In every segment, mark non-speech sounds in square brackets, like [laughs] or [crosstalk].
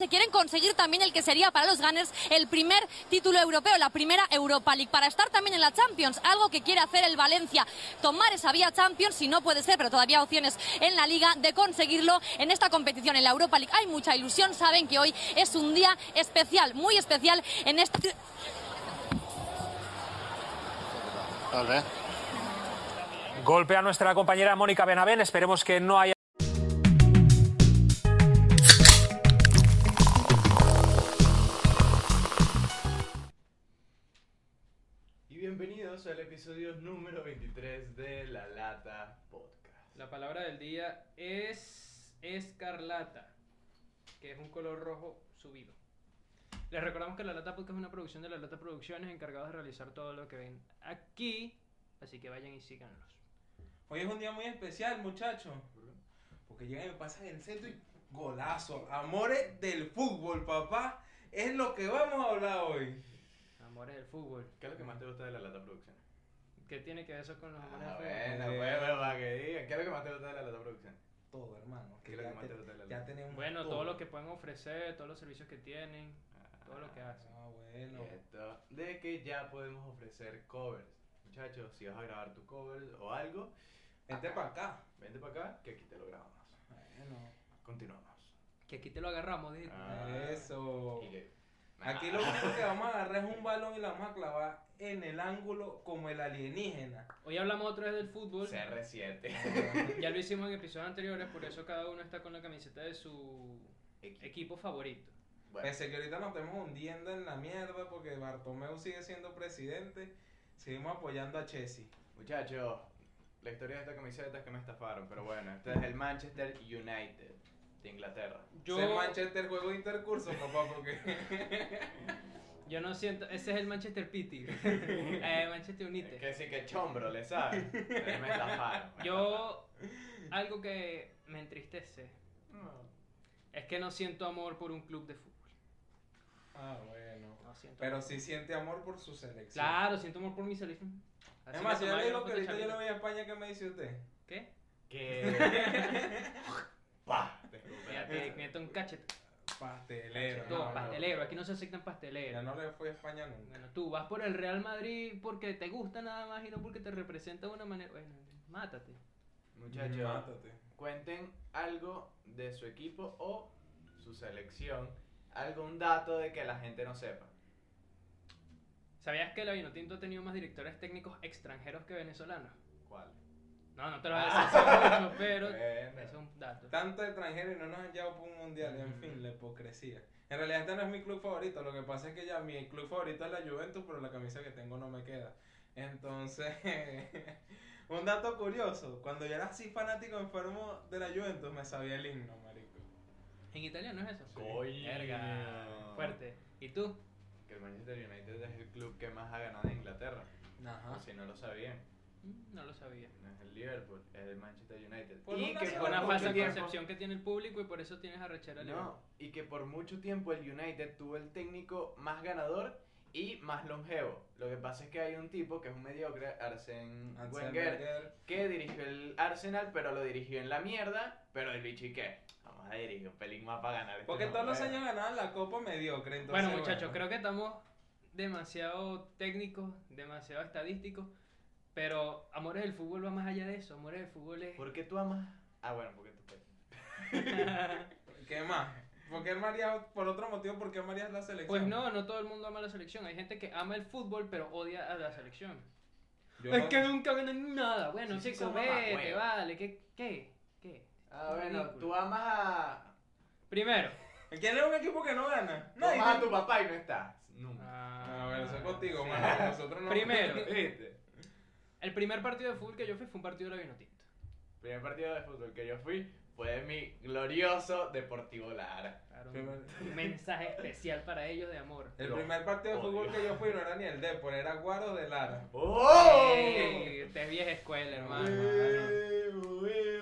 Se quieren conseguir también el que sería para los Gunners el primer título europeo, la primera Europa League, para estar también en la Champions, algo que quiere hacer el Valencia, tomar esa vía Champions, si no puede ser, pero todavía opciones en la liga de conseguirlo en esta competición, en la Europa League. Hay mucha ilusión, saben que hoy es un día especial, muy especial en este... Vale. Golpe a nuestra compañera Mónica Benavén. Esperemos que no haya. Y bienvenidos al episodio número 23 de La Lata Podcast. La palabra del día es escarlata, que es un color rojo subido. Les recordamos que La Lata Podcast es una producción de La Lata Producciones encargados de realizar todo lo que ven aquí, así que vayan y síganos. Hoy es un día muy especial, muchachos. Porque llegan y me pasan el centro y golazo. Amores del fútbol, papá. Es lo que vamos a hablar hoy. Amores del fútbol. ¿Qué es lo que más te gusta de La Lata Producciones? ¿Qué tiene que ver eso con los amores Ah, del bueno, fútbol? pues, pues, para que digan. ¿Qué es lo que más te gusta de La Lata Producciones? Todo, hermano. ¿Qué es lo que ya, más te gusta de la ya lata? tenemos Bueno, todo lo que pueden ofrecer, todos los servicios que tienen, todo lo que hacen. Ah, bueno. Y esto de que ya podemos ofrecer covers. Muchachos, si vas a grabar tu cover o algo, Vente para acá. vente para acá que aquí te lo grabamos. Bueno. Continuamos. Que aquí te lo agarramos, dije. Ah. Eso. Y que- Ah, Aquí Ah. lo único que vamos a agarrar es un balón y la vamos a clavar en el ángulo como el [laughs] alienígena. Hoy hablamos otra vez del fútbol. CR7. Ya lo hicimos en episodios anteriores, por eso cada uno está con la camiseta de su equipo favorito. Bueno, Pese que ahorita nos estemos hundiendo en la mierda porque Bartomeu sigue siendo presidente, seguimos apoyando a Chelsea. muchachos, la historia de esta camiseta es que me estafaron, pero bueno, este es el Manchester United de Inglaterra. Yo, Ese Manchester juego intercurso, papá, [laughs] porque yo no siento. Ese es el Manchester [laughs] City. eh, Manchester Es United. que sí que chombro, le sabes. Pero me estafaron. me Yo. Algo que me entristece estafaron. es que no siento amor por un club de fútbol. Ah, bueno. No siento Pero amor. sí siente amor por su selección. Claro, siento amor por mi selección. Así Es más, que si yo le Somalia digo no que fue ahorita yo chavito. le voy a España, ¿qué me dice usted? ¿Qué? Que. ¡Pah! Fíjate, meto un cachet. Pastelero. No, no, no. pastelero. Aquí no se aceptan Ya pasteleros. no le fui a España nunca. Bueno, tú vas por el Real Madrid porque te gusta nada más y no porque te representa de una manera. Bueno, mátate. Muchachos, Mátate. cuenten algo de su equipo o su selección. Algún dato de que la gente no sepa. ¿Sabías que el Avinotinto ha tenido más directores técnicos extranjeros que venezolanos? ¿Cuál? No, no te lo voy a decir hace mucho, [laughs] pero Bueno. es un dato. Tanto extranjero y no nos han llevado por un mundial. En Mm. fin, la hipocresía. En realidad este no es mi club favorito. Lo que pasa es que ya mi club favorito es la Juventus, pero la camisa que tengo no me queda. Entonces, [laughs] un dato curioso. Cuando yo era así fanático enfermo de la Juventus, me sabía el himno, marico. En Italia no es eso. Coño. Verga. Fuerte. ¿Y tú? Que el Manchester United es el club que más ha ganado en Inglaterra. Ajá. Por Si no lo sabían, Mm, No lo sabía. no es el Liverpool, es el Manchester United. Por y una que Es sola por una mucho falsa tiempo- concepción que tiene el público y por eso tienes arrechera al Liverpool. No, y que por mucho tiempo el United tuvo el técnico más ganador y más longevo. Lo que pasa es que hay un tipo que es un mediocre, Arsène Wenger, Este que dirigió el Arsenal, pero lo dirigió en la mierda, pero el bicho y qué, vamos a dirigir un pelín más para ganar. este Porque no todos los puede. años ganaban la copa mediocre. Entonces, Bueno, muchachos, creo que estamos demasiado técnicos, demasiado estadísticos, pero Amores del Fútbol va más allá de eso. Amores del Fútbol es... ¿Por qué tú amas? Ah, bueno, porque tú puedes. que. ¿Qué más? Porque él María, por otro motivo, porque María es la [laughs] selección. Pues no, no todo el mundo ama la selección. Hay gente que ama el fútbol, pero odia a la selección. Yo es no- que nunca ganan nada. Bueno, Sí, sí, chicos, son mamás, vete, güey. vale. ¿Qué? ¿Qué? ¿Qué? Ah, bueno, Ridículo. tú amas a... Primero. ¿Quién es un equipo que no gana? No, Nadie. amas a tu papá y no estás. Nunca. Ah, A ver, eso es contigo, sí. mano. Nosotros no. [laughs] Primero. ¿Viste? El primer partido de fútbol que yo fui fue un partido de la Vinotinto. primer partido de fútbol que yo fui fue de mi glorioso Deportivo Lara. Claro, Primer- un mensaje especial para ellos de amor. El Yo primer partido de fútbol odio. que yo fui no era ni el Depor, era Guaro de Lara. ¡Oh! Ey, usted Eh, es vieja escuela, hermano.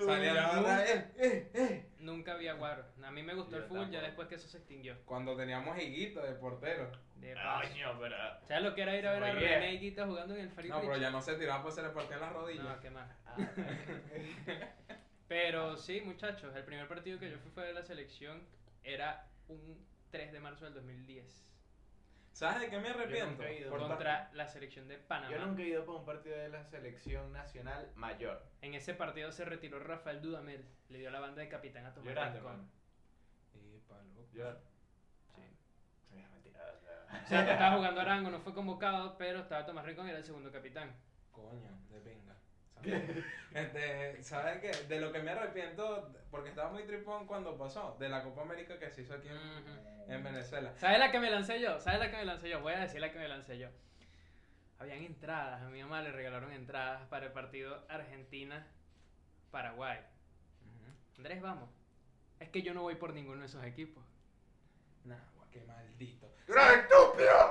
Salía la barra, eh, eh, eh. Nunca había guaro. A mí me gustó Yo el fútbol ya tampoco. después que eso se extinguió. Cuando teníamos a Higuito de portero. De paso. Coño, pero. ¿Sabes lo que era ir a ver a Muy bien. René Higuita jugando en el Farid No, pero Richie? ya no se tiraba pues se le partían las rodillas. No, qué más. Ah, Pero sí, muchachos, el primer partido que yo fui fue de la selección era un 3 de marzo del 2010 ¿Sabes de qué me arrepiento? nunca he ido. Por Contra- par- contra la selección de Panamá. Yo nunca he ido para un partido de la selección nacional mayor. En ese partido se retiró Rafael Dudamel, le dio la banda de capitán a Tomás Llorando, Rincón. hermano. Epa, loco. Yo. Sí. Mira, mentira, o sea. O sea, no estaba jugando Arango, no fue convocado, pero estaba Tomás Rincón y era el segundo capitán. Coño, de venga. Este, ¿Sabes qué? De lo que me arrepiento, porque estaba muy tripón cuando pasó, de la Copa América que se hizo aquí en, Ujú. en Venezuela. ¿Sabes la que me lancé yo? ¿Sabes la que me lancé yo? Voy a decir la que me lancé yo. Habían entradas, a mi mamá le regalaron entradas para el partido Argentina-Paraguay. Ujú. Andrés, vamos. Es que yo no voy por ninguno de esos equipos. Nah, gua, qué maldito. ¿Sabes-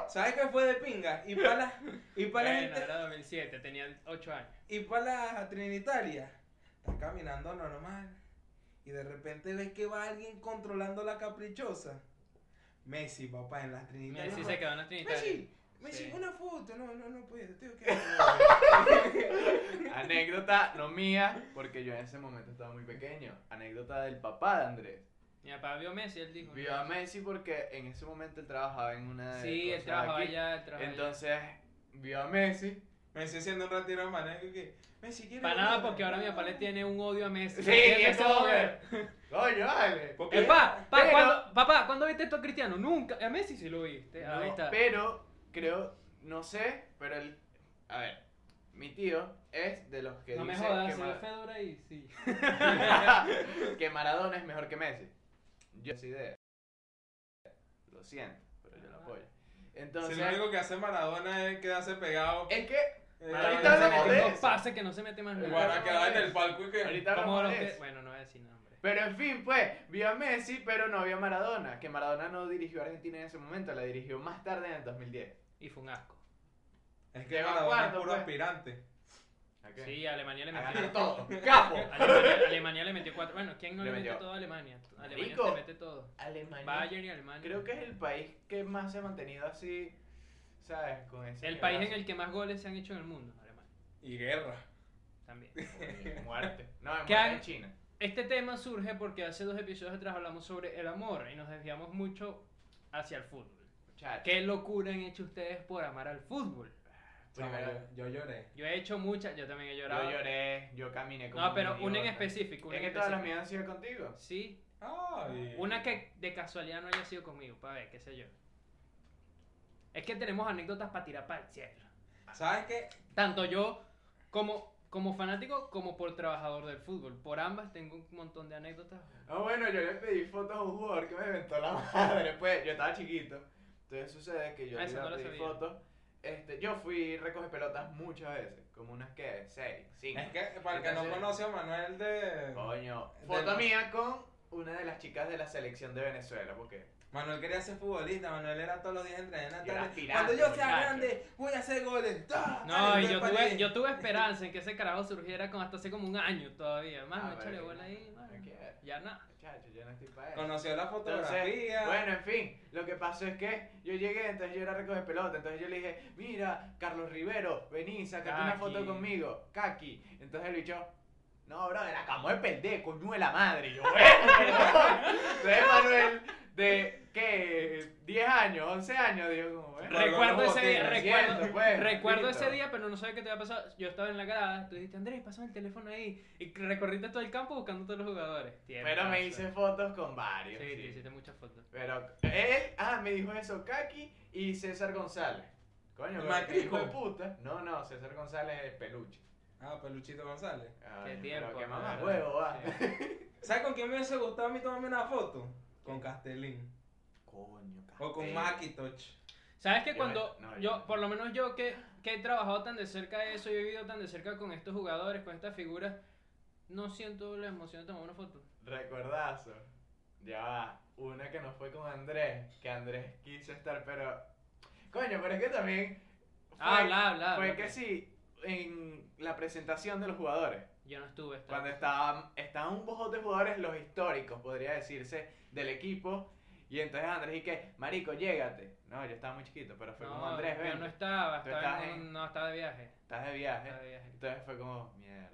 ¿Sabes qué fue de pinga? Y para la, y pa' la Bueno, gente- era 2007, tenía 8 años. y para la Trinitaria. Estás caminando normal. Y de repente ves que va alguien controlando la caprichosa. Messi, papá, en la Trinitaria. Messi se quedó en la Trinitaria. Messi, Messi, Sí. una foto. No, no, no puedo. Tengo que. Anécdota no mía, porque yo en ese momento estaba muy pequeño. Anécdota del papá de Andrés. Mi papá vio Messi, él dijo. Vio a Messi porque en ese momento él trabajaba en una de Sí, él cosas trabajaba aquí. allá, él trabajaba allá. Entonces vio a Messi. [laughs] Messi haciendo un retiro de manejo que. Messi quiere. Para nada, porque ahora mi papá le tiene un odio a [laughs] Messi. Sí, ¿Entiendes? eso No, hombre. Coño, vale. Porque- Epa, pa, Pero- ¿cuándo- papá, ¿cuándo viste esto a Cristiano? Nunca. A Messi sí lo viste. No, Ahí está. Pero, creo, no sé, pero el. A ver, mi tío es de los que No me dice jodas, que, se ve Ma- Fedora y sí. [laughs] que Maradona es mejor que Messi. Yo esa idea. Lo siento, pero Ah. yo lo apoyo. Si Entonces, lo único que hace Maradona es quedarse pegado. es que eh, Ahorita se hablamos metió de un eso. Pase que no se mete más gol. nada. Van a quedar en el palco y que. ahorita ¿Cómo hablamos lo de que- eso. Bueno, no voy a decir nombre. Pero en fin, pues, vio a Messi, pero no vio a Maradona. Que Maradona no dirigió a Argentina en ese momento, la dirigió más tarde en el 2010. Y fue un asco. Es que Llegó Maradona cuarto, es puro pues. aspirante. ¿A qué? Sí, a Alemania le A ganar metió. todo. ¡Capo! [laughs] Alemania, Alemania le metió cuatro. Bueno, ¿quién no le, Le metió metió. todo a Alemania? Alemania Marico. te mete todo. Alemania. Bayern y Alemania. Creo que es el país que más se ha mantenido así, ¿sabes? Con ese el país en el que más goles se han hecho en el mundo. Alemania. Y guerra. También. el [laughs] muerte. No, en muerte ¿Qué han- en China. Este tema surge porque hace dos episodios atrás hablamos sobre el amor y nos desviamos mucho hacia el fútbol. Muchacho. ¿Qué locura han hecho ustedes por amar al fútbol? Chamo, Primero, yo, yo lloré. Yo he hecho muchas, yo también he yo llorado. lloré, yo caminé como No, pero un una en idiota. específico. una Es en que todas las específico. mías han sido contigo. Sí, Ay. una que de casualidad no haya sido conmigo, para ver, qué sé yo. Es que tenemos anécdotas para tirar para el cielo. ¿Sabes qué? Tanto yo como, como fanático como por trabajador del fútbol. Por ambas tengo un montón de anécdotas. Ah, bueno, yo le pedí fotos a un jugador que me inventó la [laughs] madre. Pues yo estaba chiquito. Entonces sucede que yo Ah, le eso iba no a lo pedir sabía. fotos. Este, yo fui recoge pelotas muchas veces, como unas que seis, cinco. Es que para el que no Entonces- conoce a Manuel de. Coño, Del- foto mía con una de las chicas de la selección de Venezuela, porque Manuel quería ser futbolista. Manuel era todos los días entrenando. Yo era tarde. aspirante, Cuando yo sea muchacho. grande, voy a hacer goles. ¡Ah! [laughs] No, Ay, y yo voy para tuve, ahí. yo tuve esperanza en que ese carajo surgiera con hasta hace como un año todavía. Mano, Ah, pero échale que bola no, ahí, no mano. quiero. Ya nada. muchachos, yo no estoy para eso. Conoció la Entonces, fotografía. bueno, en fin, lo que pasó es que yo llegué, entonces yo era recoger pelota, entonces yo le dije, mira, Carlos Rivero, vení, sacate una Kaki. foto conmigo, Kaki. Entonces el bicho, no, brother, acabamos de perder, coño de la madre. Y yo, bueno, [laughs] perdón. Entonces Manuel, de, ¿qué? 10 años, 11 años, digo, como, bueno, Re- Recuerdo los ese día, botines, recuerdo, siento, pues, recuerdo listo. ese día, pero no sabía qué te había pasado. Yo estaba en la grada, tú dijiste, Andrés, pásame el teléfono ahí. Y recorriste todo el campo buscando a todos los jugadores. pero me hice fotos con Sí, varios. te sí. hiciste muchas [laughs] fotos. Pero él, ah, me dijo eso Kaki y César González. Coño, pero qué Macrico. hijo de puta. No, no, César González es peluche. Ah, Peluchito González. Ay, Qué pero tiempo. Qué la mamá verdad. huevo, va. Sí. ¿Sabes con quién me hubiese gustado a mí tomarme una foto? Con Castellín. Coño, O con Castillo. Macintosh. ¿Sabes que Yo cuando me- no, yo yo, me- por lo menos yo que, que he trabajado tan de cerca de eso y he vivido tan de cerca con estos jugadores, con estas figuras, no siento la emoción de tomar una foto? Recordazo. Ya va. Una que no fue con Andrés. Que Andrés quiso estar, pero. Coño, pero es que también. Fue, Ah, bla, bla. fue bla, que bla. sí. En la presentación de los jugadores. Yo no estuve. estaba- Cuando estaban, estaban un bojón de jugadores, los históricos, podría decirse, del equipo. Y entonces Andrés y que, marico, llégate. No, yo estaba muy chiquito, pero fue como no, Andrés, yo ven, no estaba, Tú estaba en estabas en- Eh, un- no, estaba de viaje. estás de viaje. Estaba de viaje. Entonces fue como, mierda.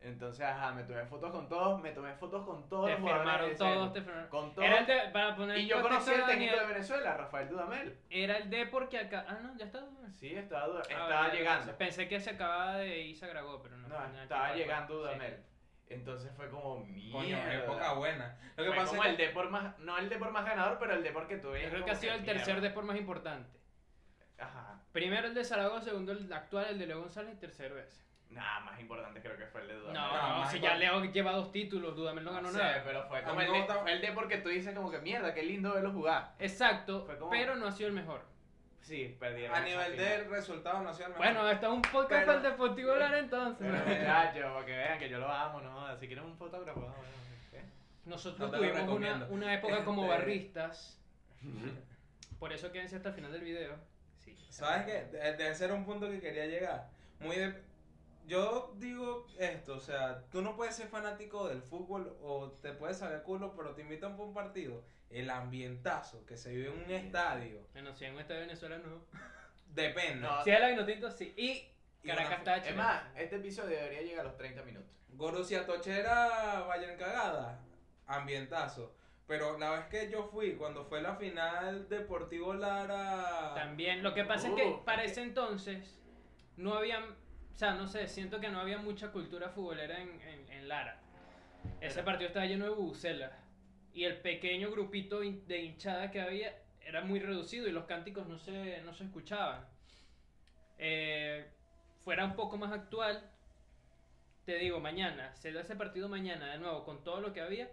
Entonces, ajá, me tomé fotos con todos, me tomé fotos con todos Te los jugadores firmaron de todos, Zen. te firmaron. Con todos. Era el de, para poner Y yo en conocí al contexto a técnico de Daniel, Venezuela, Rafael Dudamel. Era el de porque acá. Ah, no, ya está. Sí, estaba, du- Ah, estaba vale, llegando. Pensé que se acababa de Isa Gragó, pero no. No, nada estaba que ver, llegando bueno, sí. Dudamel. Entonces fue como mierda. Coño, época buena. Lo que Fue pasa como es el depor más, no el depor más ganador, pero el depor que tuve. Yo creo que ha sido el tercer deport más importante. Ajá. Primero el de Zaragoza, segundo el actual, el de Leo González, y tercero ese. Nada más importante creo que fue el de No, Dudamel. no, más si ya igual. Leo lleva dos títulos, Dudamel no ganó sé, nada. pero fue A como mí el me de, gusta- fue el de porque tú dices como que mierda, qué lindo verlo jugar. Exacto, Fue como- pero no ha sido el mejor. Sí, perdieron. a esa nivel final. de resultados no ha sido el mejor. Bueno, está un podcast Pero- para el Deportivo Lara [laughs] entonces. Pero muchachos, para que vean que yo lo amo, ¿no? Si quieren un fotógrafo, vamos, ¿qué? Nosotros No te lo tuvimos una, recomiendo. una época como Este- barristas. Por eso quédense hasta el final del video. Sí. ¿Sabes qué? De- Debe ser un punto que quería llegar. Muy de- Yo digo esto, o sea, tú no puedes ser fanático del fútbol o te puedes saber culo, pero te invitan para un partido. El ambientazo que se vive en un estadio. Bueno, si en este de Venezuela no. Depende. No, Si era Vinotinto, sí. Y Y una- Caracas Táchira. Es más, este episodio debería llegar a los 30 minutos. Gordo si Atochera, Bayern Cagada, ambientazo. Pero la vez que yo fui, cuando fue la final Deportivo Lara... También, lo que pasa es que Uh. para ese entonces no había, o sea, no sé, siento que no había mucha cultura futbolera en, en- en Lara. Ese Era- partido estaba lleno de bubucelas y el pequeño grupito hin- de hinchada que había era muy reducido y los cánticos no se, no se escuchaban. Eh, fuera un poco más actual, te digo, mañana, se da ese partido mañana de nuevo con todo lo que había,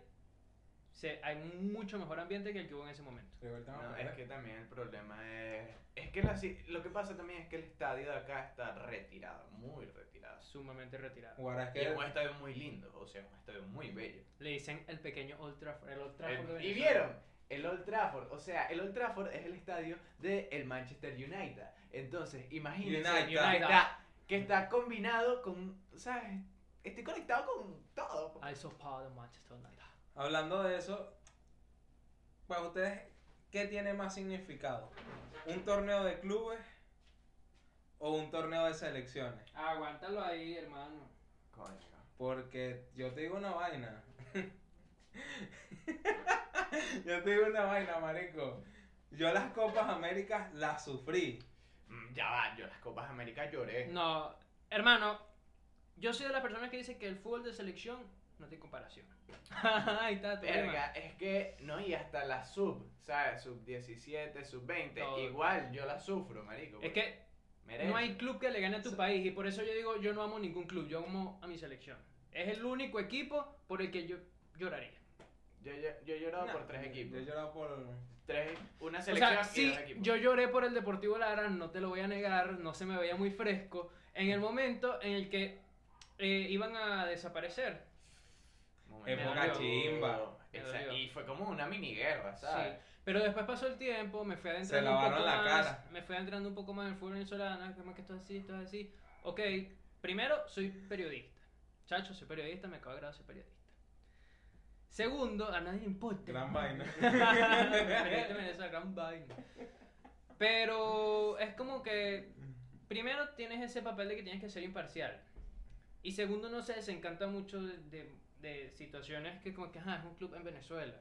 se, hay un mucho mejor ambiente que el que hubo en ese momento. Llegó el tema, No, es ¿verdad? que también el problema es. Es que la ci- lo que pasa también es que el estadio de acá está retirado, muy retirado. Sumamente retirado. Guarda, es Y es que... un estadio muy lindo, o sea, un estadio muy bello. Le dicen el pequeño Old Trafford. El Old Trafford de El- y Venezuela. vieron, el Old Trafford, o sea, el Old Trafford es el estadio del el Manchester United. Entonces, imagínense United. que, está, que está combinado con. ¿Sabes? Estoy conectado con todo. I saw power of Manchester United. Hablando de eso, para ustedes, ¿qué tiene más significado? ¿Un torneo de clubes o un torneo de selecciones? Aguántalo ahí, hermano. Coño. Porque yo te digo una vaina. [laughs] yo te digo una vaina, marico. Yo las Copas Américas las sufrí. Mm, Ya va, yo las Copas América lloré. No, hermano, yo soy de las personas que dicen que el fútbol de selección no tiene comparación. [laughs] ahí está tu tema. Verga, es que, no, y hasta la sub, ¿sabes? Sub 17, sub 20, Todo. igual yo la sufro, marico. Es que merece. no hay club que le gane a tu Sí. país y por eso yo digo, yo no amo ningún club, yo amo a mi selección. Es el único equipo por el que yo lloraría. Yo, yo, yo he llorado Nah, por tres equipos. Yo he llorado por. Tres, una O selección sea, y sí, dos equipos. yo lloré por el Deportivo Lara, no te lo voy a negar, no se me veía muy fresco. En el momento en el que eh, iban a desaparecer. Momento. Época Me dolió. chimba. Esa- Me dolió. y fue como una mini guerra, ¿sabes? Sí. Pero después pasó el tiempo, me fui Se adentrando un lavaron poco la más. cara. Me fui adentrando un poco más en el fútbol venezolano, que más que esto es así, esto es así. Ok, primero soy periodista. Chacho, soy periodista, me acabo de graduar, soy periodista. Segundo, a nadie le importa. [laughs] Gran vaina. [laughs] Periodista en Venezuela, gran vaina. Pero es como que primero tienes ese papel de que tienes que ser imparcial. Y segundo, no se desencanta mucho de, de- de situaciones que como que ajá, es un club en Venezuela.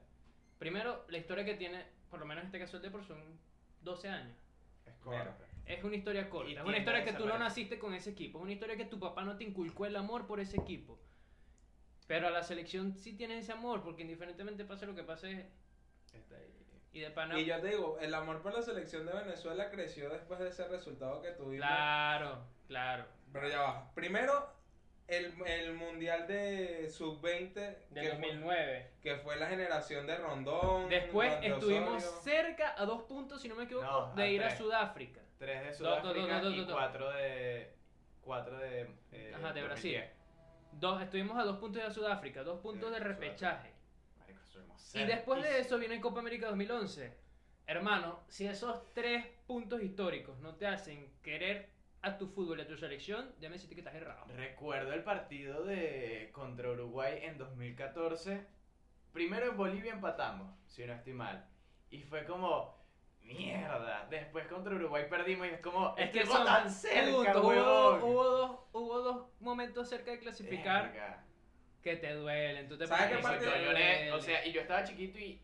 Primero, la historia que tiene, por lo menos en este caso el Depor, son 12 años. Es corto. Es una historia corta, Y es una tiende historia a que tú no desaparecer. naciste con ese equipo, es una historia que tu papá no te inculcó el amor por ese equipo. Pero a la selección sí tienes ese amor, porque indiferentemente pase lo que pase Está ahí. y de pana... Y yo te digo, el amor por la selección de Venezuela creció después de ese resultado que tuvimos. Claro, claro. Pero ya va. Primero, el, el mundial de sub-20 Del que, fue, 2009. que fue la generación de Rondón. Después Juan de estuvimos Osorio. cerca a dos puntos, si no me equivoco, No, a de ir a tres. Sudáfrica. Tres de Do- do- do- Sudáfrica do- do- y do. cuatro de... Cuatro de... eh, Ajá, de Brasil. 2010. Dos, estuvimos a dos puntos de ir a Sudáfrica, dos puntos de Sudáfrica. repechaje. Marico, estuvimos Y después de cerquísimo. eso viene Copa América 2011. Hermano, si esos tres puntos históricos no te hacen querer a tu fútbol y a tu selección, déjame decirte que estás errado. Recuerdo el partido de contra Uruguay en 2014. Primero en Bolivia empatamos, si no estoy mal. Y fue como, Mierda. Después contra Uruguay perdimos y es como. Es que estuvimos son tan cerca, puntos. huevón. hubo, hubo dos, hubo dos momentos cerca de clasificar Verga. que te duelen. Tú te ¿Sabes qué pones y partido? Yo te lloré, duele. o sea, y yo estaba chiquito y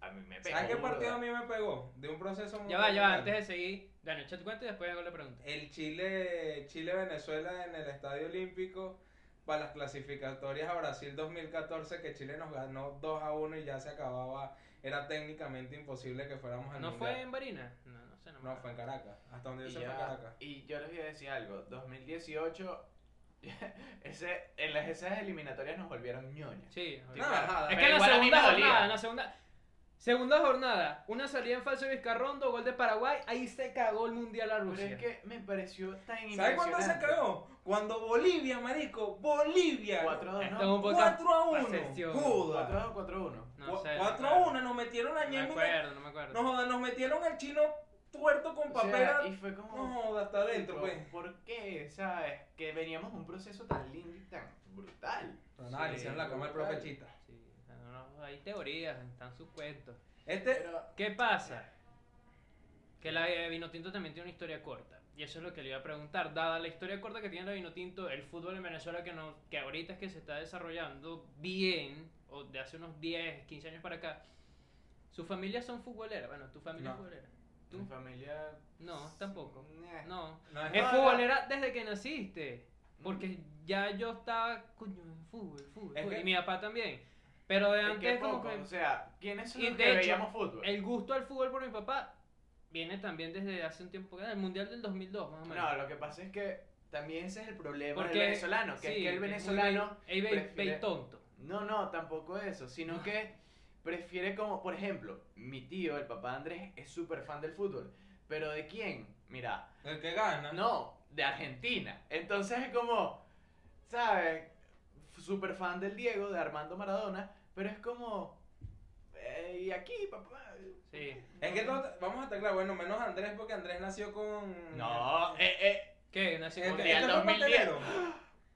a mí me pegó. ¿Sabes qué burda. partido a mí me pegó? De un proceso muy Ya va, ya va, complicado. antes de seguir, Daniel, echa tu cuenta y después hago la pregunta. El Chile, Chile-Venezuela en el Estadio Olímpico para las clasificatorias a Brasil 2014, que Chile nos ganó 2 a 1 y ya se acababa. Era técnicamente imposible que fuéramos al ¿No Mundial. fue en Barina? No, no sé, no me No, acuerdo. fue en Caracas. Hasta donde yo Y, sé ya fue en va. Caracas. Y yo les voy a decir algo. 2018, [laughs] ese, en las, esas eliminatorias nos volvieron ñoñas. Sí, No, ahorita. ajá, Es Pero que en la igual a mí segunda me dolía. jornada, en la segunda. Segunda jornada, una salida en falso de Vizcarrondo, gol de Paraguay, ahí se cagó el mundial a Pero Rusia. es que me pareció tan ¿Sabes impresionante. cuándo se cagó? Cuando Bolivia, marico, Bolivia. 4-2, Esto es ¿no? un podcast 4 a 1. percepción. Joda. 4-2 4-1. No sé. no 4 a me acuerdo. 1. Nos metieron a No me Ñemo. acuerdo, no me acuerdo. Nos, joda, nos metieron al chino tuerto con O sea, papera. y fue como... No, joda, hasta adentro, tipo, pues. ¿Por qué? ¿Sabes? Que veníamos un proceso tan lindo y tan brutal. Ronald, Sí, hicieron la cama al brutal. profe Chita. Sí, no, no, hay teorías, están sus cuentos. Este, ¿Qué pasa? Que la eh, Vinotinto también tiene una historia corta. Y eso es lo que le iba a preguntar. Dada la historia corta que tiene la Vinotinto, el fútbol en Venezuela que, no, que ahorita es que se está desarrollando bien, o de hace unos 10, 15 años para acá, sus familias son futboleras. Bueno, tu familia No. es futbolera. ¿Tu familia...? No, tampoco. Nah. No. no, Es no, futbolera desde que naciste. Mm. Porque ya yo estaba, coño, fútbol, fútbol. Es fútbol. que- Y mi papá también. Pero de Es antes que como poco, pues. que- o sea, ¿quiénes son Y los de que hecho, veíamos fútbol? El gusto al fútbol por mi papá viene también desde hace un tiempo, el Mundial del 2002 más o menos. No, lo que pasa es que también ese es el problema Porque- del venezolano, que es sí, que el muy venezolano... ve- ve- ve- prefiere- ve tonto. No, no, tampoco eso, sino que prefiere como, por ejemplo, mi tío, el papá de Andrés, es súper fan del fútbol, pero ¿de quién? Mira, El que gana. no, de Argentina. Entonces es como, ¿sabes? Súper fan del Diego, de Armando Maradona, pero es como... eh, y aquí, papá... Sí. Es que todo- vamos a estar claro, bueno, menos Andrés, porque Andrés nació con. No, eh, eh, ¿Qué? ¿Nació Este, con- Mundial este fue 2010. pastelero.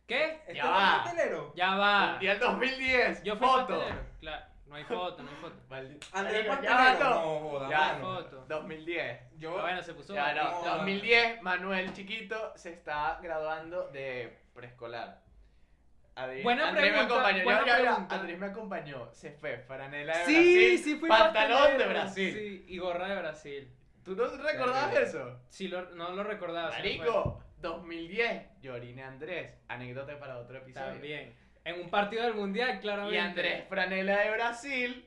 ¿Qué? Este Ya fue va. pastelero. Ya va. Mundial 2010, Ah. Yo fui foto. pastelero. Claro, no hay foto, no hay [laughs] foto. Maldito. Andrés Marico, ya va, pastelero. No, joda, Ya, mano. Foto. 2010. Yo. Ah, bueno, se puso. Ya, mal. no, no. 2010, Manuel Chiquito se está graduando de preescolar. Adri- Buena Andrés pregunta, me acompañó. buena ya, ya, ya, pregunta. Andrés me acompañó. Se fue, franela de Sí, Brasil. sí fui Pantalón pastelero. de Brasil. Sí, y gorra de Brasil. ¿Tú no recordabas Terrible. eso? Sí, lo- no lo recordaba. Ah, se me fue. Marico, 2010, Llorine Andrés. Anécdota para otro episodio. También. En un partido del mundial, claramente. Y Andrés, franela de Brasil.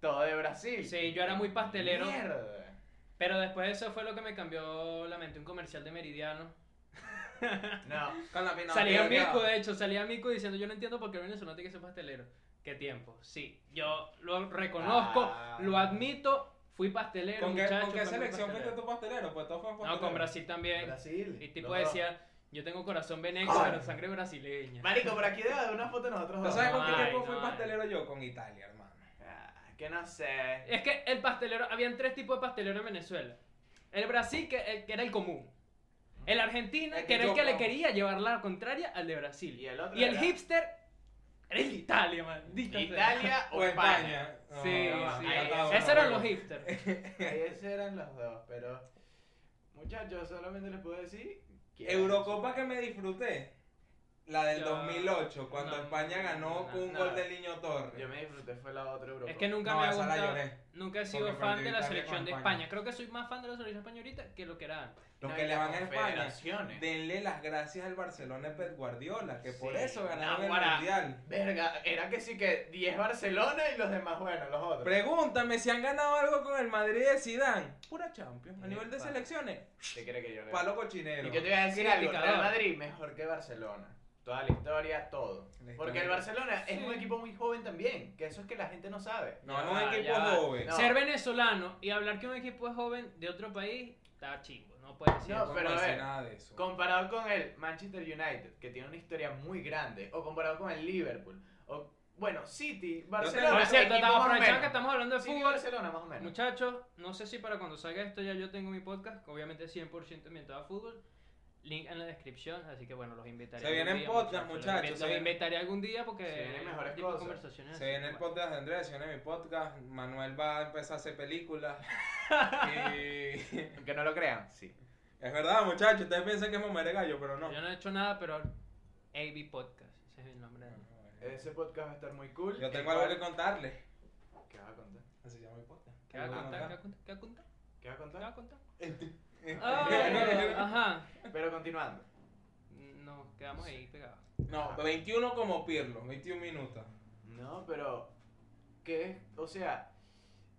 Todo de Brasil. Sí, yo era muy pastelero. Mierda. Pero después de eso fue lo que me cambió la mente, un comercial de Meridiano. No. Con la pina- salía ya, ya. Mico, de hecho, salía Mico diciendo, yo no entiendo por qué el venezolano tiene que ser pastelero. ¿Qué tiempo? Sí, yo lo reconozco, Ah. lo admito, fui pastelero, ¿Con qué, muchacho. con qué fui muy selección fuiste pastelero. tú pastelero? Pues todo fue en No, pastelero. con Brasil también. Brasil. Y tipo los dos. decía, yo tengo corazón veneco, Coño. pero sangre brasileña. Marico, por aquí debe haber una foto de nosotros ¿Tú dos. sabes con qué Ay, tiempo no, fui ay. pastelero yo? Con Italia, hermano. Ah, que no sé. Es que el pastelero, habían tres tipos de pastelero en Venezuela. El Brasil, que, el- que era el común. El argentino, El que que era el yo que le como. quería llevar la contraria al de Brasil. Y el otro era- hipster era el de Italia, maldita sea. [laughs] Italia o España. No, Sí, no, sí. ahí Esos está, Esos eran bueno. los [laughs] hipsters. Ahí esos eran los dos, pero muchachos, solamente les puedo decir que Eurocopa que me disfruté. La del Yo- 2008, cuando no, España ganó no, con un no. gol de Niño Torres. yo me disfruté fue la otra Eurocopa. Es que nunca No, me ha esa la gustado. lloré. Nunca he sido Porque fan perdió de la Italia selección con de España. España. Creo que soy más fan de la selección española ahorita que lo que era antes. Los No, que y le las van a España. confederaciones. Denle las gracias al Barcelona de Pep Guardiola, que por Sí, eso ganaron el Náguara. Mundial. Verga, era que sí que 10 Barcelona y los demás, bueno, los otros. Pregúntame si han ganado algo con el Madrid de Zidane. Pura Champions. A Sí, nivel de pa. selecciones, ¿Qué crees que yo le palo Y cochinero. que te voy a decir algo, Criticador. Real Madrid mejor que Barcelona. Toda la historia, todo. La historia. Porque el Barcelona es Sí. un equipo muy joven también, que eso es que la gente no sabe. No, Ya no es un va, equipo ya va. joven. No. Ser venezolano y hablar que un equipo es joven de otro país está chingo. No puede ser. No, No pero puedo a decir ver, nada de eso. Comparado con el Manchester United, que tiene una historia muy grande, o comparado con el Liverpool, o bueno, City, Barcelona, Por cierto, equipos estamos más o aprovechando menos. que estamos hablando de City, fútbol. Barcelona más o menos. Muchachos, no sé si para cuando salga esto ya yo tengo mi podcast, que obviamente es 100% ambientado a fútbol. link en la descripción, así que bueno, los invitaré. Se algún vienen día, podcasts, los muchachos, invi- se Los vienen- invitaré algún día porque Se vienen mejores tipo de cosas. conversaciones Se así, viene el bueno. podcast de Andrés, se viene mi podcast. Manuel va a empezar a hacer [laughs] películas. y... [laughs] Que no lo crean, sí. Es verdad, muchachos. Ustedes piensan que es mamá de gallo, pero no. Yo no he hecho nada, pero AB Podcast, ese es el nombre. del- Ese podcast va a estar muy cool. Yo el tengo algo cual- que contarle. ¿Qué vas a contar? Así se llama el podcast. ¿Qué va a contar? ¿Qué va a contar? ¿Qué va a contar? ¿Qué vas a ¿Qué va contar? a contar? [laughs] Este- Ah, ajá. Pero continuando. Nos quedamos ahí pegados. No, 21 como Pirlo, 21 minutos. No, pero que es, o sea,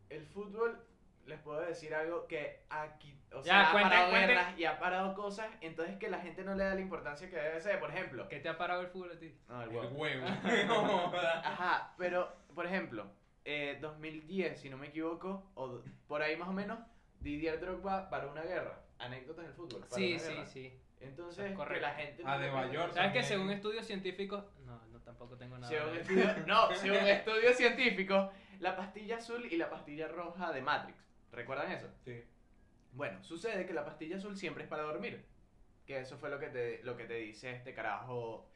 el fútbol les puedo decir algo que aquí, o sea, ha cuenten, parado cuenten. guerras y ha parado cosas, entonces que la gente no le da la importancia que debe ser, por ejemplo. ¿Qué te ha parado el fútbol a ti? No, el [laughs] El huevo. huevo. [laughs] No, joda. Ajá, pero por ejemplo, eh, 2010, si no me equivoco, o do- por ahí más o menos, Didier Drogba paró una guerra. Anécdotas del fútbol. paró Sí, una sí, guerra. sí. Entonces, Es que correcto. la gente no le- ¿Sabes Adebayor. que También. según estudios científicos... No, no tampoco tengo nada. Según de- estudio- no, [laughs] según estudios científicos, la pastilla azul y la pastilla roja de Matrix. ¿Recuerdan eso? Sí. Bueno, sucede que la pastilla azul siempre es para dormir. Que eso fue lo que te, lo que te dice este carajo,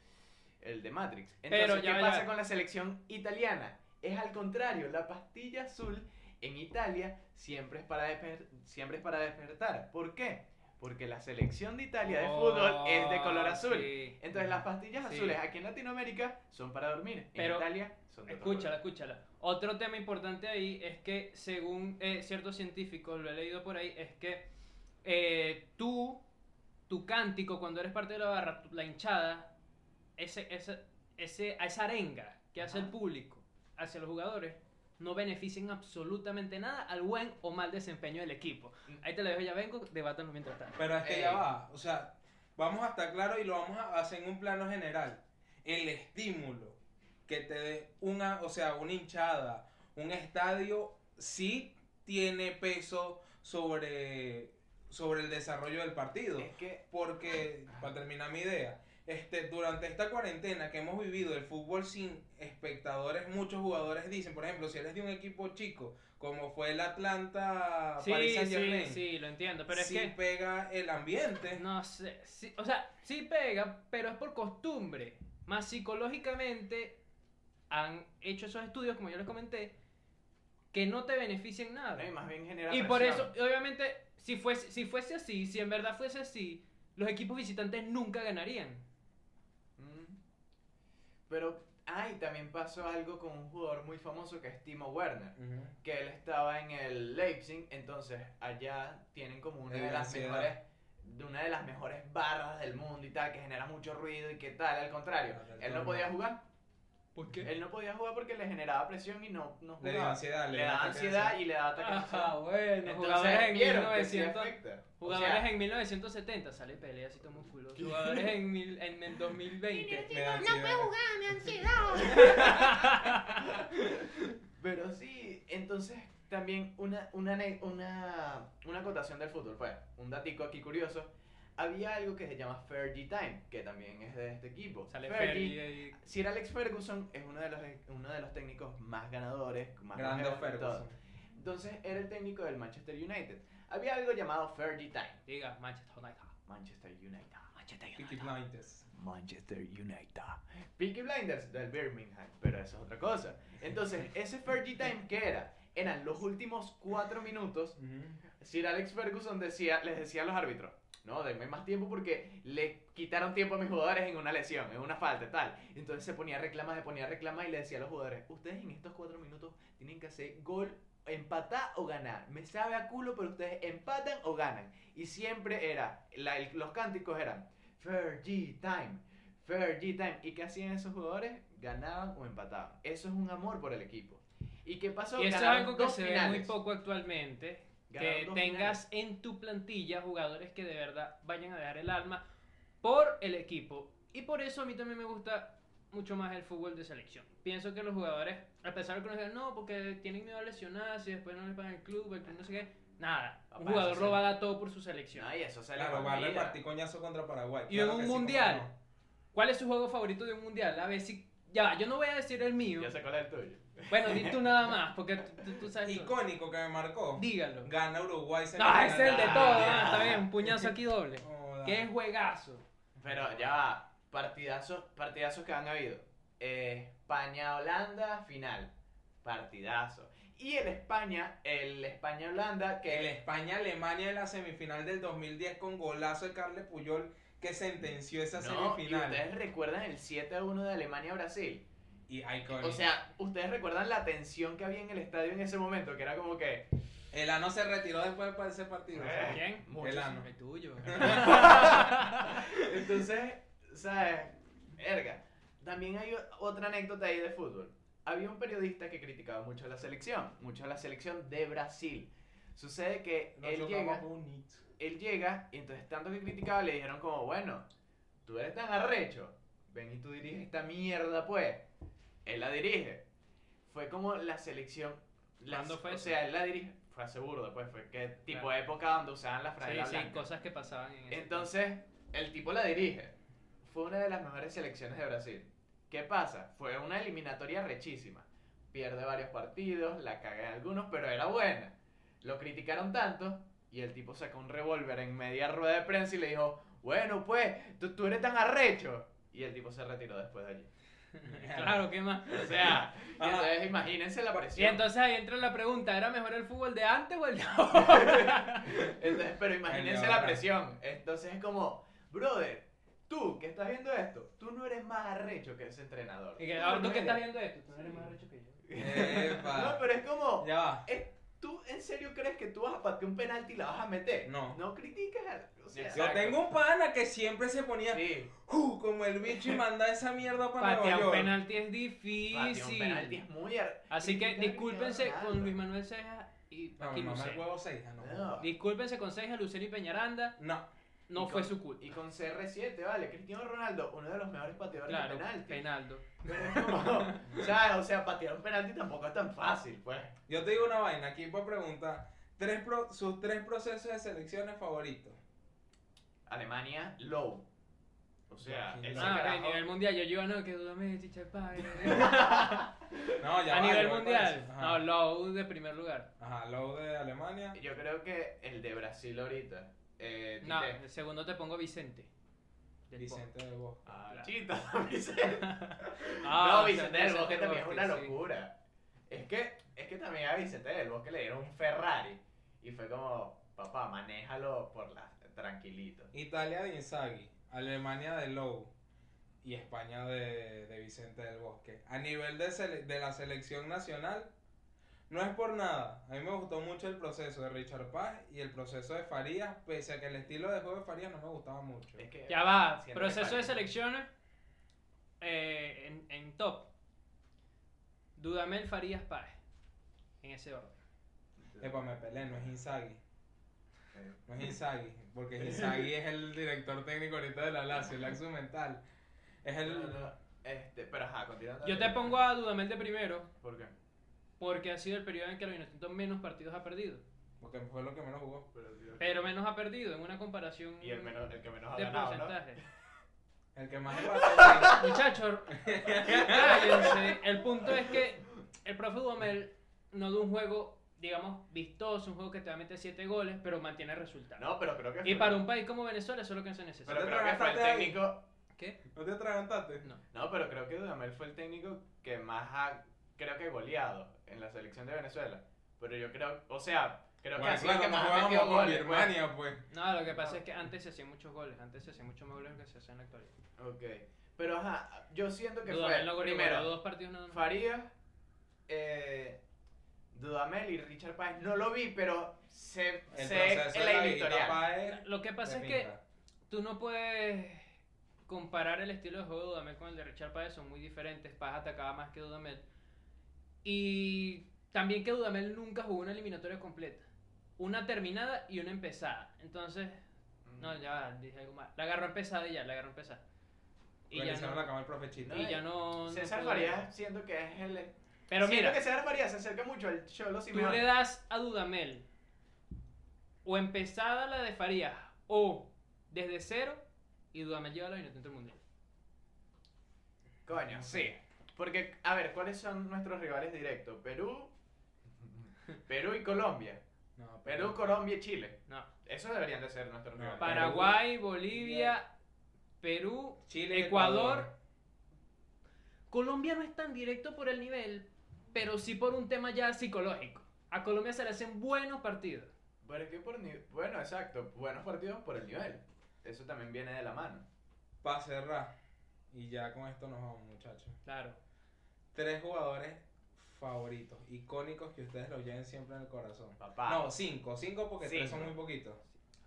el de Matrix. Entonces, Pero ya ¿qué va, ya pasa va. con la selección italiana? Es al contrario, la pastilla azul en Italia siempre es para, desper- siempre es para despertar. ¿Por qué? Porque la selección de Italia de Oh, fútbol es de Ah, color azul. sí. Entonces las pastillas Sí. azules aquí en Latinoamérica son para dormir. Pero, en Italia son de otro Escúchala, escúchala. Otro tema importante ahí es que, según eh, ciertos científicos, lo he leído por ahí, es que eh, tú, tu cántico, cuando eres parte de la barra, tu- la hinchada, ese, ese, ese, a esa arenga que hace Ajá. el público hacia los jugadores, no beneficien absolutamente nada al buen o mal desempeño del equipo. Mm. Ahí te lo dejo, ya vengo, debátanlo mientras tanto. Pero es que Ey. ya va. O sea, vamos a estar claro y lo vamos a hacer en un plano general. El estímulo que te dé una, o sea, una hinchada, un estadio, sí tiene peso sobre, sobre el desarrollo del partido. color. Eh. Es que porque, para terminar mi idea, este, durante esta cuarentena que hemos vivido el fútbol sin espectadores, muchos jugadores dicen, por ejemplo, si eres de un equipo chico, como fue el Atlanta Sí, Paris Saint sí, Germain, sí, lo entiendo, pero sí es que... pega el ambiente. No sé, sí, o sea, sí pega, pero es por costumbre. Más psicológicamente han hecho esos estudios, como yo les comenté, que no te benefician nada. no, y más bien genera Y por presión. eso, obviamente, si fuese, si fuese así, si en verdad fuese así, los equipos visitantes nunca ganarían. Mm. Pero, ay, también pasó algo con un jugador muy famoso que es Timo Werner, Ujú. que él estaba en el Leipzig, entonces allá tienen como una Eh, de las ansiedad. mejores de una de las mejores barras del mundo y tal, que genera mucho ruido y que tal, al contrario, Ah, del él no torneo. podía jugar, ¿Por él no podía jugar porque le generaba presión y no, no Le da jugaba. ansiedad. Le da da ataque de ansiedad y le da ataque de Ajá, ansiedad. bueno, jugadores Entonces en vieron que sí 1900 afecta. O Jugadores sea, en 1970, sale pelea así [laughs] todo musculoso. Jugadores en, mil- en el 2020. Me da ansiedad. jugar, me ansiedad. Pero sí, entonces también una, una, ane- una, una acotación del fútbol, pues, un datico aquí curioso. Había algo que se llama Fergie Time, que también es de este equipo. Sale Fergie. Fergie y- Sir Alex Ferguson es uno de los, uno de los técnicos más ganadores, más Grande longevos y todo. Ferguson. Entonces era el técnico del Manchester United. Había algo llamado Fergie Time. Diga, Manchester United. Manchester United. Manchester Peaky Blinders. Manchester United. Peaky Blinders del Birmingham, pero eso es otra cosa. Entonces, ese Fergie Time que era, eran los últimos cuatro minutos. Sir Alex Ferguson decía, les decía a los árbitros, no, denme más tiempo porque le quitaron tiempo a mis jugadores en una lesión, en una falta y tal. Entonces se ponía reclama, se ponía reclama y le decía a los jugadores, ustedes en estos cuatro minutos tienen que hacer gol, empatar o ganar. Me sabe a culo, pero ustedes empatan o ganan. Y siempre era, la- el- los cánticos eran, Fergie time. Fergie time. ¿Y qué hacían esos jugadores? Ganaban o empataban. Eso es un amor por el equipo. ¿Y qué pasó? Y eso es Ganaron algo que dos se ve muy finales. poco actualmente. Ganaron Que dos tengas en tu plantilla jugadores que de verdad vayan a dejar el alma por el equipo. Y por eso a mí también me gusta mucho más el fútbol de selección. Pienso que los jugadores, a pesar de que nos digan, no, porque tienen miedo a lesionarse, después no les pagan el club, el club no sé qué. Nada, un Papá, jugador eso lo sí. va a dar todo por su selección. No, y eso se le Claro, va a olvida. repartir coñazo contra Paraguay. Y claro en que un sí, cómo mundial, ¿cuál es su juego favorito de un mundial? A ver si... Ya, va, yo no voy a decir el mío. Ya sé cuál es el tuyo. Bueno, di [laughs] tú nada más, porque tú, tú- tú no. sabes... todo. Icónico que me marcó. Dígalo. Gana Uruguay. No, Ah, es el de todo, semifinal. ah, está bien, un puñazo aquí doble. Joda. ¡Qué juegazo! Pero ya va, partidazos, partidazos que han habido. Eh, España-Holanda, final. Partidazo. Y el España, el España-Holanda, que El España-Alemania en la semifinal del 2010 con golazo de Carles Puyol que sentenció esa No, y semifinal. ustedes recuerdan el 7-1 de Alemania-Brasil. Y iconic. O sea, ustedes recuerdan la tensión que había en el estadio en ese momento, que era como que... el ano se retiró después de ese partido. Eh. ¿Quién? Muchos. El ano. El tuyo. Entonces, ¿sabes? Verga. También hay o- otra anécdota ahí de fútbol. Había un periodista que criticaba mucho a la selección, mucho a la selección de Brasil. Sucede que No él chocaba llega, bonito. [laughs] él llega y entonces tanto que criticaba le dijeron como, bueno, tú eres tan arrecho, ven y tú diriges esta mierda pues. Él la dirige. Fue como la selección... la- ¿Cuándo fue O eso? sea, él la dirige. Fue hace burda pues, fue que tipo Claro. época donde usaban la Sí, franela sí, blanca. cosas que pasaban en ese Entonces, el tipo la dirige. Fue una de las mejores selecciones de Brasil. ¿Qué pasa? Fue una eliminatoria rechísima. Pierde varios partidos, la caga en algunos, pero era buena. Lo criticaron tanto y el tipo sacó un revólver en media rueda de prensa y le dijo, bueno pues, tú, tú eres tan arrecho. Y el tipo se retiró después de allí. Claro, ¿qué más? O [laughs] sea, y Ajá. entonces imagínense la Y presión. entonces ahí entra la pregunta, ¿era mejor el fútbol de antes o el de ahora? Entonces, pero imagínense Ahora. la presión. Entonces es como, brother, tú que estás viendo esto, tú no eres más arrecho que ese entrenador. Y que, ahora tú que que "Ah, estás viendo esto, tú no eres más arrecho que yo. Epa. No, pero es como, Ya va. es- ¿tú en serio crees que tú vas a patear un penalti y la vas a meter? No. No criticas. al- O sea, Yo tengo un pana que siempre se ponía Sí, "Uh", como el bicho y mandaba esa mierda para Patear un Nueva York. penalti es patear un penalti difícil. es muy ar- Así que criticar discúlpense Cristiano con Luis Ronaldo. Manuel Ceja y No, Joaquín mi mamá Lucero. el huevo Ceja, no. No. Discúlpense con Ceja, Lucero y Peñaranda, No. no Y fue con- su culpa. Y con CR7, vale, Cristiano Ronaldo, uno de los mejores pateadores Claro, de penalti. Penaldo. Pero es como, [laughs] ¿sabes? O sea, patear un penalti tampoco es tan fácil, pues. Yo te digo una vaina, aquí para preguntar. Tres pro- sus tres procesos de selecciones favoritos. Alemania, low. O sea, Ah, ese Ah, ok, a carajo- nivel mundial, yo yo no, que dudame de chicha No, A ya va, nivel yo voy mundial, por eso. no, Ajá. Low de primer lugar. Ajá, Lowe de Alemania. Yo creo que el de Brasil ahorita. Eh, No, Tite. el segundo te pongo Vicente. Del Vicente de Bosque. Ah, [laughs] Claro. chita, Vicente. Bosque. no, Ah, Vicente del Bosque del también es una Bosque, sí. locura. Es que es que también a Vicente del Bosque le dieron un Ferrari y fue como, papá, manéjalo por la tranquilito. Italia de Inzaghi. Alemania de Lowe. Y España de, de Vicente del Bosque. A nivel de, sele- de la selección nacional, no es por nada. A mí me gustó mucho el proceso de Richard Paz y el proceso de Farías, pese a que el estilo de juego de Farías no me gustaba mucho. Es que Ya va, Siento que proceso de falta. selecciones eh, en, en top. Dudamel Farías Páez. En ese orden. Epa, me peleé, no es Inzaghi. Eh, No es Inzaghi, porque [laughs] Inzaghi es el director técnico ahorita de la Lazio, el Axu Mental. Es no, el... no, este, pero ajá, continuando. Yo te pongo a Dudamel de primero ¿Por qué? porque ha sido el periodo en que los Inocentos menos partidos ha perdido. Porque fue lo que menos jugó. Pero, tío, Pero menos ha perdido en una comparación y el, menos, el que menos ha de ganado, ¿no? porcentaje. El [laughs] que más empató. Muchachos, cállense. El punto es que el profe Dudamel no de un juego, digamos, vistoso, un juego que te va a meter 7 goles, pero mantiene el resultado. No, pero creo que Y fue- para un país como Venezuela eso es lo que se necesita. pero creo que fue el Tragaste ahí. técnico ¿Qué? [laughs] ¿No te atragantaste? No. No, pero creo que Dudamel fue el técnico que más ha, creo que goleado en la selección de Venezuela. Pero yo creo, o sea, creo que ha Bueno, sido el claro, que no más ha metido jugábamos con goles. Birmania, pues. No, lo que pasa Ah. es que antes se hacían muchos goles, antes se hacían muchos más goles que se hacen en la actualidad. pues. Ok. Pero ajá, yo siento que Dudamel fue logró igualar primero dos partidos nada más. Farías, eh, Dudamel y Richard Páez. No lo vi, pero sé, pues. El sé proceso de el la editorial. Guita Lo que Páez pasa de es que pinga. tú no puedes comparar el estilo de juego de Dudamel con el de Richard Páez, son muy diferentes. Páez atacaba más que Dudamel. Y también que Dudamel nunca jugó una eliminatoria completa. Una terminada y una empezada. Entonces, no, ya va, dije algo más. La agarró empezada y ya, la agarró empezada. Y ya Realizaron la no, cama el profechito. y ya no... no César pudo. Farías siento que es el... Pero siento mira, que César Farías se acerca mucho al Cholo tú le Simeone. das a Dudamel o empezada la de Farías o desde cero y Dudamel lleva la minutos del mundial. Coño, sí. Porque, a ver, ¿cuáles son nuestros rivales directos? Perú, Perú y Colombia. No, Perú, Colombia y Chile. No. Eso deberían de ser nuestros No, rivales. Paraguay, Bolivia, Perú, Chile, Ecuador. Ecuador. Colombia no es tan directo por el nivel, pero sí por un tema ya psicológico. A Colombia se le hacen buenos partidos. Pero es que por ni- Bueno, exacto. Buenos partidos por el nivel. Eso también viene de la mano. Para cerrar. Y ya con esto nos vamos, muchachos. Claro. Tres jugadores favoritos, icónicos que ustedes los lleven siempre en el corazón. Papá. No, cinco, cinco porque tres son Cinco. muy poquitos.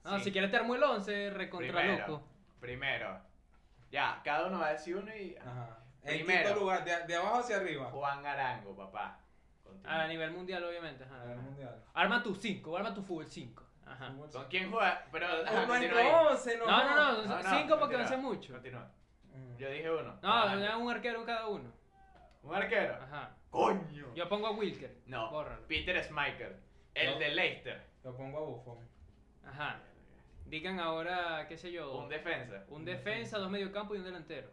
No, Sí. si quieres te armo el 11, recontra Primero. loco. Primero. Ya, cada uno va a decir uno y. Ajá. En Primero. quinto lugar, de, de abajo hacia arriba. Juan Arango, papá. Continúa. A nivel mundial, obviamente. ajá. A ver, mundial. Arma tu 5, arma tu fútbol 5. Ajá. Fútbol. ¿Con quién juega? Pero. ajá, Un continúa ahí. once, No, No, no, no, no, 5 porque continúa. no sé mucho. Continúa. Ujú. Yo dije uno. No, Ah. Juan Arango. un arquero cada uno. Un arquero. Ajá. ¡Coño! Yo pongo a Wilker. No. Bórralo. Peter Schmeichel. El No. de Leicester. Lo pongo a Buffon. Ajá. Digan ahora, qué sé yo. Un defensa. Oh. un defensa, dos mediocampo y un delantero.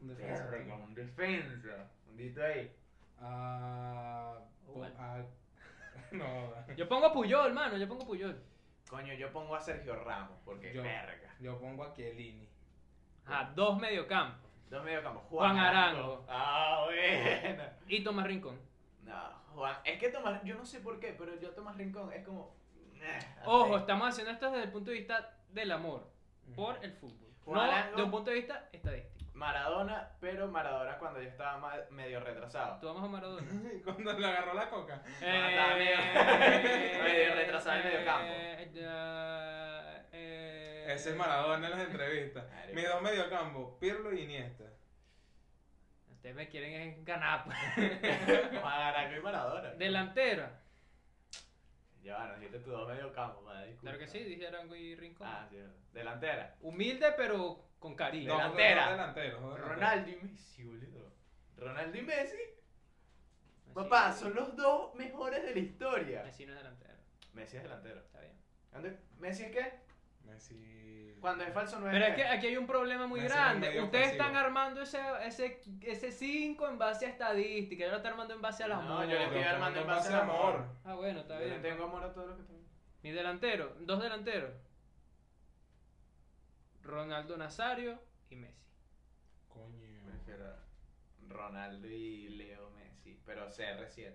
Un defensa. Verga, Un defensa. Un dito ahí. A. Oh, Bueno. a- Ah, [laughs] no, Yo pongo a Puyol, mano, yo pongo a Puyol. Coño, yo pongo a Sergio Ramos porque Yo. verga. yo pongo a Chiellini. Ajá, dos mediocampos. Dos mediocampo. Juan Arango. Ah, bueno. Y Tomás Rincón. No, Juan. Es que Tomás. Yo no sé por qué, pero yo Tomás Rincón es como. eh, Ojo, este- hasta ahí. estamos haciendo esto desde el punto de vista del amor por el fútbol. Juan No, Arango. de un punto de vista estadístico. Maradona, pero Maradona cuando yo estaba ma- medio retrasado. Tú amas a [laughs] Maradona. [laughs] Eh, Cuando le agarró la coca. estaba medio- medio retrasado en mediocampo. eh, ya, eh, Ese es Maradona en [laughs] las entrevistas. Marico. Mis dos mediocampo, Pirlo y Iniesta. Ustedes me quieren es ganar. [laughs] pues. [laughs] Juan Arango y Maradona. Delantera. Ya, bueno, dijiste tú dos medio campo, madre. disculpa. Claro que sí, dije Arango y Rincón. Ah, sí. Delantera. Humilde, pero con cariño. No, Delantera. no, delantero, no, delantero. Ronaldo y Messi, boludo. Ronaldo y Messi. Messi- Papá, son los dos mejores de la historia. Messi no es delantero. Messi es delantero. Está bien. ¿Dónde- ¿Messi es qué? Messi. Cuando es falso no es. Pero es que qué. aquí hay un problema muy Messi es grande. medio Ustedes ofensivo. están armando ese 5 ese, cinco en base a estadística. Yo lo estoy armando en base a las No, yo le estoy Pero armando en base Fernando Paz al es amor. Ah, bueno, está Yo le bien. tengo amor a todo lo que tengo. Mi delantero, dos delanteros. Ronaldo Nazario y Messi. Coño. Prefiero a Ronaldo y Leo Messi. Pero CR7.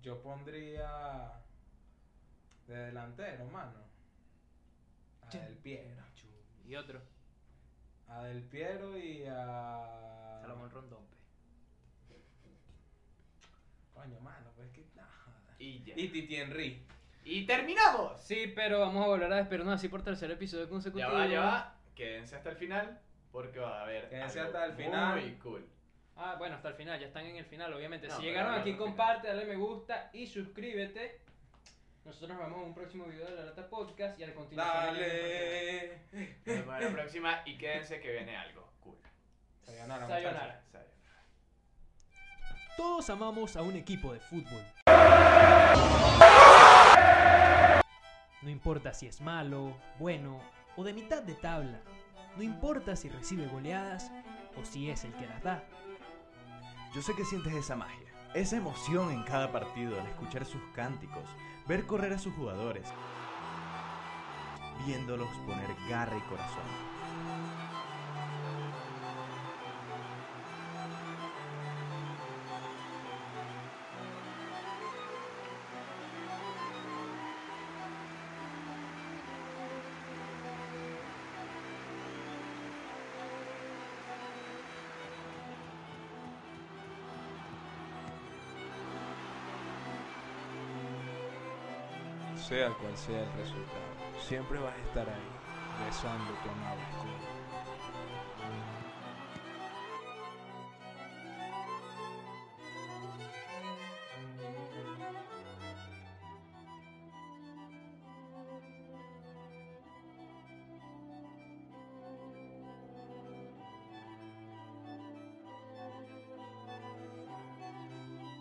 Yo pondría. De delantero, mano. A Sí. Del Piero. Y otro, A Del Piero y a. Salomón Rondón. pe. Coño, mano, pues que. no, joda. Y ya. Y Titi Henry. Y terminamos. Sí, pero vamos a volver a despedirnos así por tercer episodio Ya consecutivo. va, ya va. Quédense hasta el final. Porque va a haber. Quédense algo hasta el final. Muy cool. Ah, bueno, hasta el final, ya están en el final, obviamente. No, si pero llegaron no, no, aquí, no, comparte, dale me gusta y suscríbete. Nosotros nos vemos en un próximo video de la Lata Podcast y al continuación. Dale. Nos vemos en la próxima. Y quédense que viene algo cool. Sayonara, Sayonara. muchachos. Sayonara. Todos amamos a un equipo de fútbol. No importa si es malo, bueno o de mitad de tabla. No importa si recibe goleadas o si es el que las da. Yo sé que sientes esa magia, esa emoción en cada partido al escuchar sus cánticos, ver correr a sus jugadores, viéndolos poner garra y corazón. Sea cual sea el resultado, siempre vas a estar ahí, besando tu amable escudo.